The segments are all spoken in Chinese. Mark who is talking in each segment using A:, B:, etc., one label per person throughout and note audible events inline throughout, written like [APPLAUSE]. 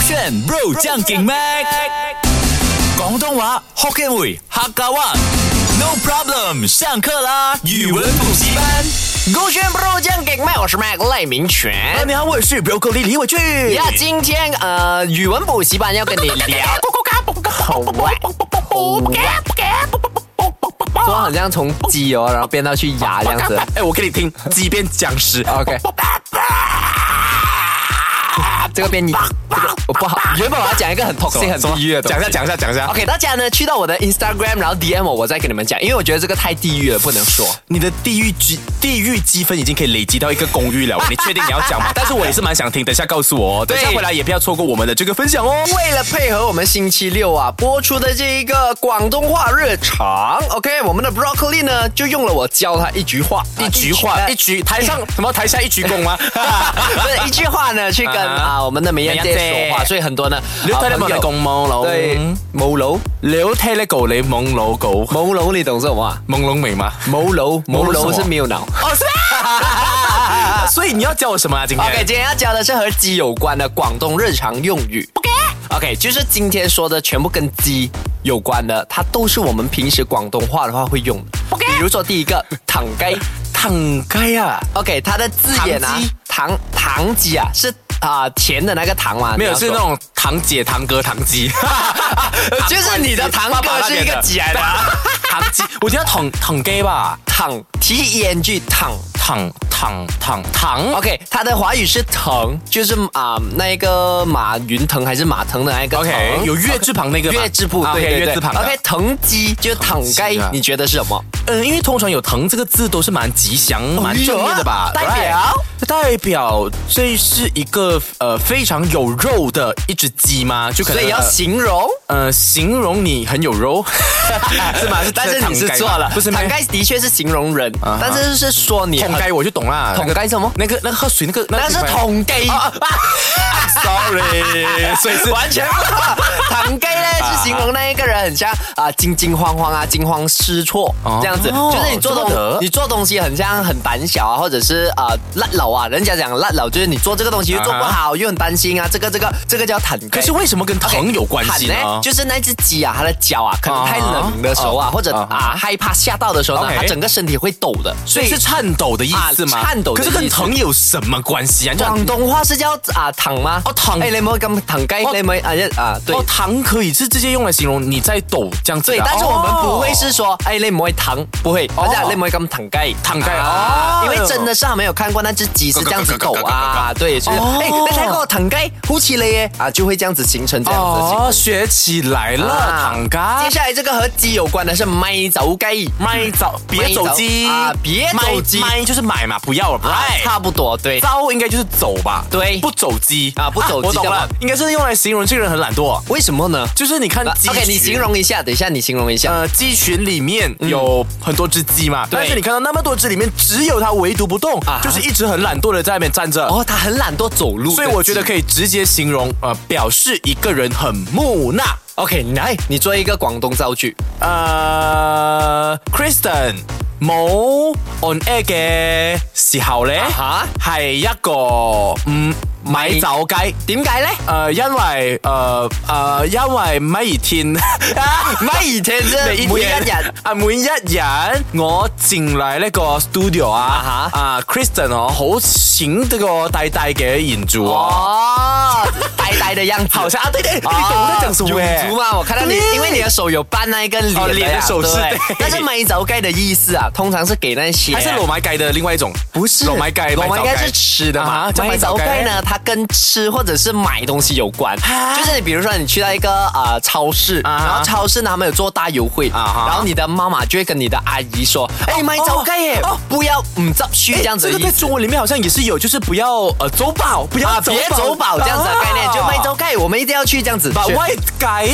A: 炫 bro 将劲 mac，广东话 Hokkien 会客家话。No problem，上课啦！语文补习班。
B: 勾选 Pro 酱给麦，我是 Mac 赖明全。
A: 你好，我是 Broccoli 李伟俊。
B: 呀，今天呃，语文补习班要跟你聊口味。说好像从鸡哦，然后变到去牙这样子。
A: 哎，我给你听，鸡变僵尸。
B: OK，这个变你，这个我不好。原本我要讲一个很 toxic
A: 哦什么
B: 很地狱的东
A: 讲一
B: 西
A: 下，。讲一下，讲一下。
B: OK，大家呢去到我的 Instagram，然后 DM 我，我再跟你们讲，因为我觉得这个太地狱了，不能说。
A: 你的地狱积地狱积分已经可以累积到一个公 [LAUGHS] 寓了，哦你确定你要讲吗？但是我也是蛮想听，等一下告诉我哦。等一下
B: 对
A: 回来也不要错过我们的这个分享哦。
B: 为了配合我们星期六啊播出的这一个广东话日常，OK，我们的 broccoli 呢就用了我教他一句话，
A: 一句话，一句台上什么台下一鞠躬 [LAUGHS] 吗？
B: [LAUGHS] 不是一句话呢去跟
A: 啊
B: 啊我们的美艳
A: 美艳姐
B: 姐说话，所以很多呢，
A: 你
B: 啊
A: 睇你望
B: 朋
A: 你
B: 友
A: 咁懵佬，
B: 对冇腦
A: 你睇你狗你懵佬狗，
B: 冇腦你懂什么啊？
A: 朦胧美吗？
B: 冇腦
A: 冇
B: 冇
A: 腦
B: 腦
A: 是
B: 是没有脑。
A: 哦是
B: [LAUGHS]
A: 啊，所以你要教我什么啊？今
B: OK，
A: 天
B: 今天要教的是和鸡有关的广东日常用语。OK，就是今天说的全部跟鸡有关的，它都是我们平时广东话的话会用的。比如说第一个躺
A: [LAUGHS]
B: 街。
A: 烫该啊，
B: OK，它的字眼啊
A: 糖鸡，
B: 糖糖鸡啊，是啊、甜的那个糖嘛？
A: 没有
B: 你要
A: 是
B: 说呃
A: 那，种堂姐堂哥堂 [LAUGHS] 鸡，
B: 就是你的堂哥是一个鸡来的啊，
A: [LAUGHS] 堂鸡，我觉得堂堂鸡吧，
B: 糖 T E N G 糖。
A: 堂堂堂堂
B: OK，它的华语是藤，就是啊、那一个马云腾还是马腾的那一个藤
A: OK，有月字旁那个吗
B: 哦月字部，
A: 啊
B: 对
A: OK，
B: 对对
A: 月字旁的
B: OK，藤鸡就是躺
A: 鸡
B: 街
A: 啊，
B: 你觉得是什么？啊
A: 嗯，因为通常有“藤”这个字都是蛮吉祥、蛮
B: 哦
A: 正面的吧，
B: 代表
A: right？代表这是一个呃非常有肉的一只鸡吗？就可能
B: 所以要形容。
A: 呃形容你很有
B: [LAUGHS]
A: 肉，是吗？是
B: 但是你是
A: 唐盖
B: 错
A: 吗
B: 了，
A: 不是
B: 躺
A: 咩？
B: 街的确是形容人，
A: 啊哈
B: 但是是说你
A: 桶
B: 很
A: 盖我就懂啦，
B: 桶盖什么
A: 那个那个喝水那个，
B: 那是
A: 桶
B: 桶鸡。
A: 啊
B: [LAUGHS]
A: ，sorry，所以是
B: 完全不错。唐盖呢是形容那一个人很像啊惊惊慌慌啊惊慌失措
A: 哦
B: 这样子，就是你做
A: 这么得
B: 东你做东西很像很胆小啊，或者是啊烂佬啊，人家讲烂佬就是你做这个东西又做不好，又很担心啊，这个这个这个叫坦盖。
A: 可是为什么跟藤有关
B: 坦
A: 系
B: 呢
A: 呢？
B: 就是那只鸡啊，它的脚啊，可能太冷的时候啊，
A: 啊
B: 或者
A: 啊
B: 啊害怕吓到的时候呢
A: OK，
B: 它整个身体会抖的，
A: 所以是颤抖的意思吗？
B: 啊颤抖
A: 可
B: 的
A: 是跟
B: 意思
A: 藤有什么关系啊？你知道
B: 广东话是叫啊躺吗？
A: 哦躺
B: 哎，你冇咁躺街，
A: 哦
B: 你冇啊一啊对
A: 哦，。糖可以是直接用来形容你在抖这样子的。
B: 对，但是我们不会
A: 哦
B: 是说，哎，你唔会疼，不会，
A: 哦
B: 或者你唔会咁疼鸡，
A: 疼雞哦
B: 因为真的是他没有看过那只鸡是这样子抖啊，对，所以
A: 哦
B: 哎，你睇过疼鸡，好似你耶，啊，就会这样子形成这样子的情
A: 哦，学起来了，
B: 啊
A: 糖嘎。
B: 接下来这个和鸡有关的是咪走鸡，
A: 买走，别走鸡
B: 啊别走鸡
A: 买买就是买嘛，不要了
B: 啊
A: ，right？
B: 差不多，对，
A: 糟应该就是走吧，
B: 对
A: 不走鸡
B: 啊不走鸡
A: 我懂
B: 干
A: 了
B: 嘛，
A: 应该是用来形容这个人很懒惰，
B: 为什么呢啊
A: 就是你看鸡
B: ？OK，你形。
A: 群
B: 容一下，等一下你形容一下，
A: 呃，鸡群里面有很多只鸡嘛，
B: 对
A: 但是你看到那么多只里面，只有它唯独不动，
B: 啊哈
A: 就是一直很懒惰的在那边站着。
B: 哦，他很懒惰走路的鸡，
A: 所以我觉得可以直接形容，呃，表示一个人很木讷。
B: OK，来，你做一个广东造句。
A: 呃，Kristen 冇 on air 嘅時候咧
B: 啊，
A: 係一嗯個唔咪
B: 咪
A: 走雞。
B: 点解咧？
A: 誒、因為誒誒、呃因為咪熱天，
B: 咪而且啫，每一日
A: [LAUGHS] 啊，每一日我靜嚟呢個 studio 啊
B: 啊，哈
A: 啊，Kristen 我好閃呢個大大嘅演出啊。
B: 哦，呆呆的样子，
A: 好像啊，对对，你懂
B: 哦
A: 我在讲什么欸？
B: 永足嘛，我看到你
A: 对，
B: 因为你的手有扮那一个
A: 哦
B: 脸
A: 脸的
B: 呀
A: 手势
B: 对
A: 对
B: 但是埋走盖的意思啊，通常是给那些
A: 还是裸埋盖的另外一种，
B: 不是
A: 裸埋盖，
B: 裸埋
A: 埋
B: 盖是吃的嘛
A: 啊？叫
B: 埋
A: 埋走
B: 走
A: 街
B: 盖呢，它跟吃或者是买东西有关
A: 啊，
B: 就是你比如说你去到一个呃超市，
A: 啊哈
B: 然后超市呢他们有做大优惠，
A: 啊哈
B: 然后你的妈妈就会跟你的阿姨说，哎，埋走盖耶
A: 哦，
B: 不要唔执虚
A: 哎
B: 这样子
A: 这
B: 的
A: 个
B: 意
A: 在
B: 思。
A: 中文里面好像也是有，就是不要呃走宝，不要
B: 啊，别走宝啊这样子的概念，就卖周盖，我们一定要去这样子。
A: 把
B: 去
A: 外盖。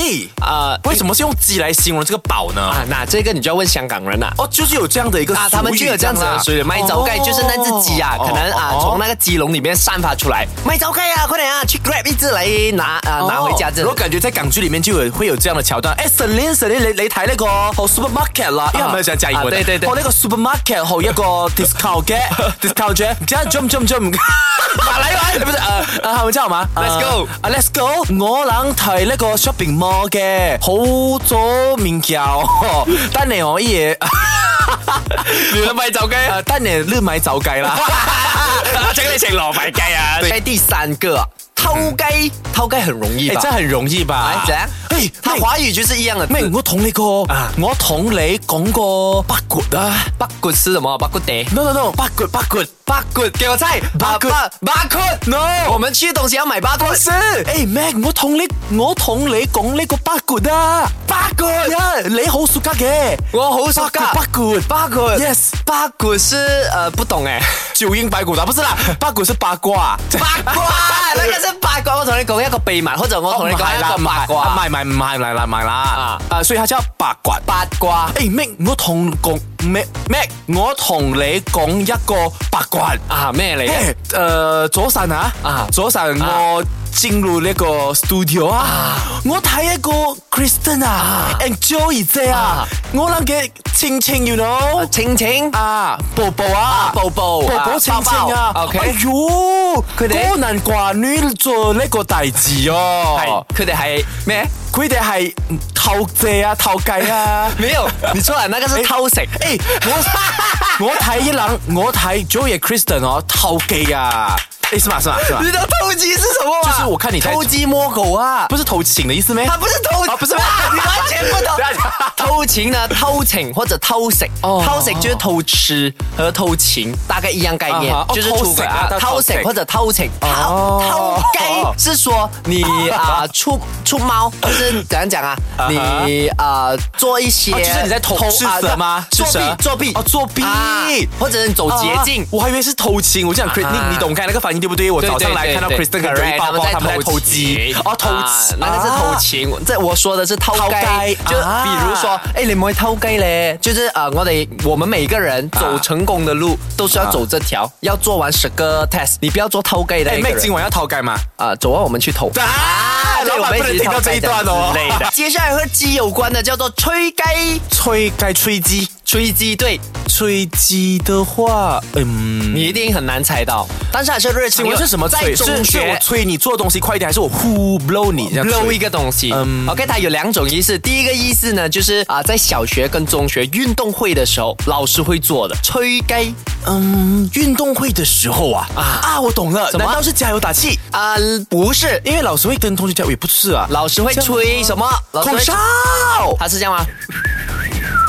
B: 啊
A: 为什么是用鸡来形容这个宝呢？
B: 啊，那这个你就要问香港人啦。
A: 哦，就是有这样的一个
B: 啊，他们就有这样子的
A: 所
B: 所
A: 以
B: 以卖周盖就是那只鸡啊，可能啊从那个鸡笼里面散发出来，卖周盖啊，快点啊，去 grab 一只来拿啊拿回家这
A: 我
B: 样。
A: 感觉在港剧里面就有会有这样的桥段。哎 s e l i n s e l i n 你你睇呢個好 supermarket 啦，因為我有想加英文。
B: 啊對對對
A: 我呢個 supermarket 好一個
B: [LAUGHS]
A: discount 嘅 [LAUGHS] discount 嘅，唔知 jump jump jump。馬來文不是呃呃，他們叫什麼
B: Let's go
A: 啊，Let's go 我諗睇呢個 shopping mall 嘅，好咗面 [LAUGHS] 條，但你可以，
B: [LAUGHS] 你的麦糟糕。
A: [LAUGHS] 呃但你熱買走雞
B: [LAUGHS]
A: 啦。
C: 整你成糯米雞啊！
B: 在第三个啊偷鸡，偷鸡很容易
A: 哎
B: 吧？
A: 真係很容易吧
B: [LAUGHS] 哎？怎样？
A: 哎
B: 他华语就是一样的字。
A: 咩？我同你個，
C: 啊
A: 我同你講過八卦啊
B: 八骨是什么？八骨得。
A: ！No no no，八卦八卦
B: 八骨，给我猜。
A: 八骨
B: 啊八八骨。
A: ，no
B: 我。们去东西要买八骨。
A: 是，哎 Mac，我同你我同你講呢個八卦啊，八卦呀，你好熟家嘅，
B: 我好熟噶。
A: 八卦
B: 八骨。
A: ，yes，
B: 八骨是呃不懂哎。
A: 九阴白骨打不是啦，八卦是八卦，
B: 八卦，那个是八卦。我同你讲一个秘密，或者我同你讲一
A: 唔
B: 个
A: 係
B: 八
A: 唔
B: 卦。
A: 係唔係唔係唔係啦唔係啦
B: 啊，
A: 啊，所以它叫八卦。
B: 八卦。
A: 诶，Mac，我同講 Mac Mac，我同你講一個八卦。
B: 啊咩嚟嘅？
A: [COUGHS] 诶，诶，早晨啊，
B: 啊
A: 早晨我進入呢個 studio 啊，我睇一個 Kristen 啊，and Joey 姐啊
B: 啊，
A: 我諗嘅青青，you know
B: 晴晴。
A: 啊，寶寶啊，
B: 寶寶
A: 寶
B: 啊
A: 寶青青
B: 包
A: 啊
B: 包，OK
A: 哎呦，
B: 佢哋
A: 孤男寡女做呢個大字哦，
B: 系，佢哋系 [LAUGHS] 咩？
A: 佢哋係偷借啊，偷計啊。
B: 没有，你错了，那个是偷食。
A: 诶，我我睇一冷，我睇 Joey Kristen 哦，偷鸡啊！诶，是嘛是嘛是嘛，
B: 你的偷鸡是什么啊？
A: 就是我看你在
B: 偷鸡摸狗啊，
A: [LAUGHS] 不是偷情的意思咩？
B: 他不是偷，
A: 啊不是吗
B: 你完全不
A: [LAUGHS]
B: 懂
A: 等一下。
B: 偷情呢，偷情或者偷食，
A: 哦
B: 偷食就是偷吃和偷情，大概一样概念
A: 啊哈，哦
B: 就是出轨啊
A: 偷食
B: 偷食
A: 啊，偷食
B: 或者偷情，偷偷
A: [LAUGHS] 哦
B: 鸡是说你啊出出猫，就是怎样讲啊？你啊做一些，
A: 哦就是你在偷是
B: 啊
A: 蛇吗？是
B: 作
A: 蛇
B: 弊，作弊
A: 哦，作弊。
B: 啊或者你走捷径
A: 啊。我还以为是偷情，我这样 Chris，、
B: 啊
A: 你你懂刚才那个反应对不对？我
B: 对
A: 早上
B: 对
A: 来
B: 对
A: 看到
B: 对
A: Kristen 跟 Joey
B: correct，
A: 抱抱，他
B: 他们
A: 们
B: 在
A: 在偷
B: 偷
A: 鸡
B: 鸡，
A: 哦，偷
B: 啊
A: 鸡，
B: 那个是偷情，这我说的是偷
A: 偷鸡
B: 鸡，就
A: 啊
B: 比如说，哎，你唔可以偷鸡咧，就是呃，我哋我们每个人走成功的路都是要走这
A: 啊
B: 条，要做完十个 test，你不要做偷鸡的
A: 哎
B: 一个
A: 妹，今
B: 人
A: 晚要偷鸡吗？
B: 啊，走啊，我们去偷。
A: 啊，
B: 所以
A: 老
B: 我
A: 板
B: 们
A: 不能
B: 一起
A: 听
B: 偷
A: 到这
B: 鸡
A: 一
B: 这样
A: 段哦
B: 之。类
A: [LAUGHS]
B: 的。接下来和鸡有关的叫做吹鸡，
A: 吹该吹鸡，
B: 吹鸡对，
A: 吹鸡的话，嗯。
B: 你一定很难猜到，但是还是热情
A: [LAUGHS] 请问是什么
B: 在
A: 吹？
B: 中
A: 是是我
B: 学
A: 吹你做东西快一点，还是我呼 blow 你这样吹
B: blow 一个东西。
A: 嗯
B: OK，它有两种意思。第一个意思呢，就是啊、在小学跟中学运动会的时候，老师会做的吹鸡
A: 嗯，运动会的时候啊啊
B: 啊
A: 我懂了，
B: 什么
A: 难道是加油打气？
B: 啊、不是，
A: 因为老师会跟同学讲，也不是啊，
B: 老师会吹什么？老师
A: 口
B: 会
A: 哨，
B: 他是这样吗？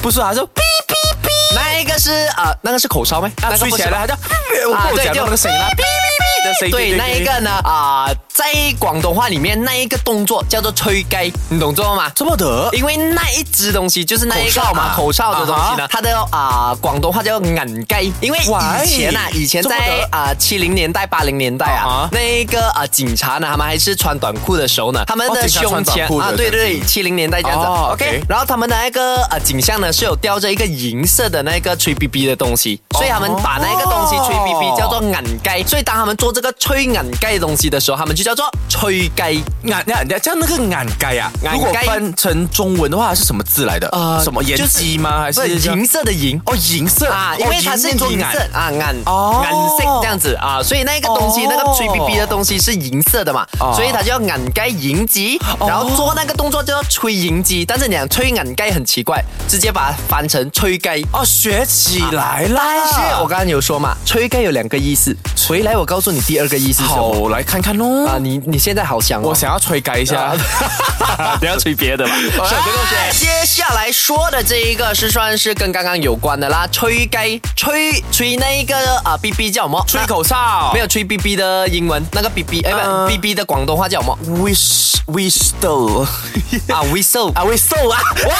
A: 不是啊，他说哔哔哔，
B: 那一个是啊、那个是口哨吗？那
A: 他
B: 个不
A: 吹
B: 是
A: 起来了，
B: 吧
A: 他就，我跟我讲到那个声音啦，哔哔哔的声音，
B: 对，那一个呢啊、在广东话里面那一个动作叫做吹鸡，你懂这个吗？
A: 这么的，
B: [LAUGHS] 因为那一只东西就是那一个
A: 口哨嘛
B: 啊口哨的东西
A: 啊哈
B: 呢，它的啊广东话叫眼盖，因为
A: Why？
B: 以前啊，以前
A: 哎这么
B: 在
A: 的
B: 啊七零年代八零年代
A: 啊哈
B: 啊，那一个啊警察呢，他们还是穿短裤的时候呢，他们
A: 哦
B: 的
A: 警察
B: 胸
A: 穿短
B: 前
A: 裤的
B: 啊，对对
A: 对
B: 对，七零年代这样子
A: 哦，OK
B: ，OK，然后他们的那个呃颈项呢是有吊着一个银色的那个吹 B B 的东西，所以他们把那个东西吹 B B 叫做眼盖，所以当他们做这个吹眼盖的东西的时候，他们就叫做吹盖。
A: 眼眼这样那个眼盖啊，
B: 眼盖
A: 如果翻成中文的话是什么字来的？
B: 呃
A: 什么颜
B: 就是
A: 鸡吗？还
B: 不
A: 是
B: 是银色的银
A: 哦银色
B: 啊，因为它是银色啊，暗
A: 哦
B: 暗色这样子啊，所以那个东西
A: 哦
B: 那个吹 B B 的东西是银色的嘛
A: 哦，
B: 所以它就要眼盖银鸡，然后做那个动作叫做吹银鸡，但是你讲吹眼盖很奇怪，直接把它翻成吹盖。
A: 哦学起来啦。
B: 但是我刚刚有说嘛，吹盖有两个意思，回来我告诉你第二个意思是什么
A: 好来看看喽。
B: 啊？你你现在好想
A: 我
B: 哦。
A: 想要吹改一下，
C: 你要吹别的吧？
B: 啊接下来说的这一个是算是跟刚刚有关的啦，吹盖吹吹那一个啊 B B 叫什么？
A: 吹口哨。
B: [LAUGHS] 没有吹 B B 的英文，那个 B B 哎
A: 嗯
B: 不 B B 的广东话叫什
A: [LAUGHS]
B: 么
A: wish wish 到
B: 啊？whistle
A: 啊 whistle 啊，哇，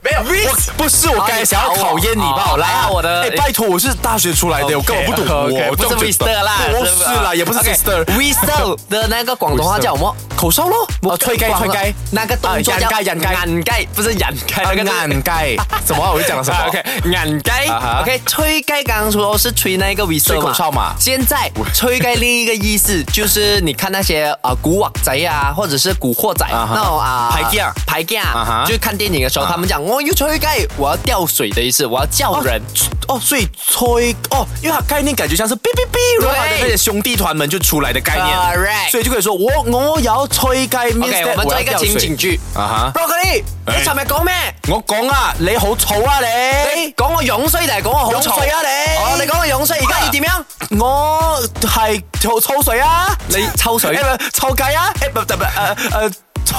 A: 没有
B: Wish
A: 不是我刚才想要考验你吧，
B: 哦
A: 我来啊
B: 哦我的
A: 哎，拜托，我是大学出来的，我根本不懂我，
B: 不是 whistle 啦，
A: 不哦是啦，也不是 sister，
B: whistle 的那个广东话叫什么？
A: 口哨咯， [LAUGHS] 哦，吹鸡
B: 广
A: 吹
B: 东
A: 鸡，
B: 那个动作
A: 啊
B: 叫
A: 眼界眼界
B: 眼盖，不是眼
A: 啊
B: 盖，那个是
A: 眼盖， [LAUGHS] 什么啊？我就讲了什么
B: OK，眼盖
A: 啊哈
B: ，OK，吹盖刚刚说是吹那个 whistle
A: 吹口哨嘛
B: 现在吹盖另一个意思就是你看那些啊古惑仔啊，或者是古惑仔
A: 啊哈
B: 那种啊
A: 牌架
B: 排架
A: 啊哈，
B: 就是看电影的时候他们讲我要吹盖，我要吊水的意思，我要叫人
A: 哦，所以吹哦，因为它概念感觉像是哔哔哔，然后它的
B: 对
A: 那些兄弟团们就出来的概念
B: Correct
A: 所以就可以说我我要吹雞 m
B: OK，我們做一個情景 Uh-huh 劇
A: 啊哈
B: Broccoli，你
A: 哎
B: 尋日講咩？
A: 我講啊，你好嘈啊你
B: 你。講我樣衰定係講我好
A: 樣
B: 嘈
A: 衰啊你啊
B: 哦，你講我樣衰，而家要點樣？
A: 我係抽抽水啊，
B: 你抽水哎
A: 誒唔係 [LAUGHS] 抽雞
B: [LAUGHS]
A: 啊，誒不不不，呃呃，吹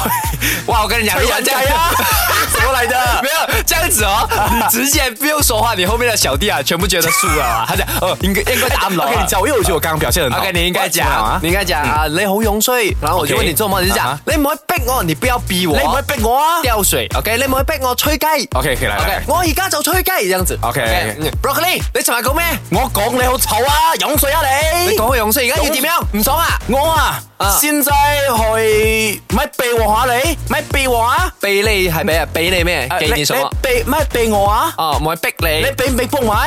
B: 哇，我跟你講，
A: 吹
B: 如果
A: 人
B: 這
A: 雞
B: 樣
A: 啊，什麼來的
B: 没？有这样子哦，你直接不用说话，你后面的小弟啊，全部觉得输了
A: [LAUGHS]
B: 啊。他讲，哦，应该应该打不牢
A: 我
B: 啊。
A: 跟你讲，因为我觉得我刚刚表现很好。
B: OK，你应该
A: 我講
B: 讲，你应该讲啊，你好勇衰。然后我就
A: Ừ. OK Ờ
B: 问你做乜，你就
A: 啊
B: 讲
A: 哈，
B: 你唔可以逼我，你不要逼我，
A: 你唔可以逼我啊
B: 掉水。OK，你唔可以逼我吹鸡。
A: OK，OK，來來
B: OK，
A: 來
B: 我而家就吹鸡这样子。
A: OK
B: OK，嗯 Broccoli，你尋日講咩？
A: 我講你好嘈啊，飲水啊你。
B: 你講我勇衰，而家要點樣？唔爽啊？
A: 我啊
B: 啊，
A: 現在去咪避我下你，咪避我啊。
B: 俾你係咪啊？俾你咩？
A: 誒
B: 幾年爽啊？
A: 你避咪避我啊？
B: 哦，唔可以逼你。
A: 你避唔避幫我？ [LAUGHS]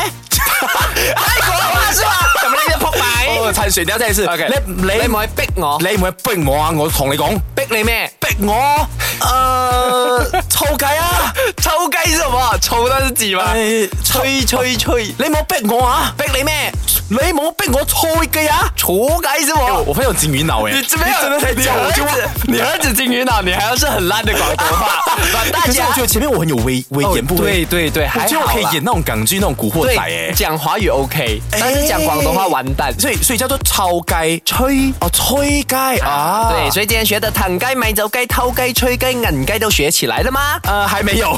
B: 太講話是嘛？咁你一撲埋。
A: 哦，陳水，你要再一次。
B: OK，
A: 你你
B: 你唔可以逼我，
A: 你唔會逼我啊！我同你講，
B: 逼你咩？
A: 逼我， [LAUGHS] 誒，臭計啊！
B: 臭雞是什麼？臭得是字嘛？
A: 誒
B: 吹吹吹，
A: 你唔好逼我啊！
B: 逼你咩？
A: 你唔好逼我吹雞啊！
B: 臭雞是
A: 哎
B: 麼？
A: 我朋友金魚腦哎，
B: 你怎么样？
A: 真的太屌，我就忘。
B: [LAUGHS] 你儿子金鱼脑，你还要是很烂的广东 [LAUGHS] 话，把大
A: 可是
B: 家
A: 我觉得前面我很有威威
B: 哦
A: 严不
B: 对
A: 威，
B: 对对，
A: 我
B: 还
A: 觉得
B: 好
A: 我
B: 啦
A: 可以演那种港剧那种古惑仔哎
B: 对，。讲华语 OK，但是讲广东话完蛋。
A: 所以所以叫做臭鸡吹哦，吹鸡啊，
B: 对，所以今天学的糖鸡、米酒鸡、偷鸡、吹鸡、银鸡都学起来了吗？
A: 啊 [LAUGHS] 呃还没有，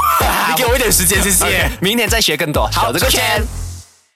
A: 你给我一点时间，谢谢。
B: 明天再学更多。
A: 好
B: 小这个
A: 再见
B: 圈。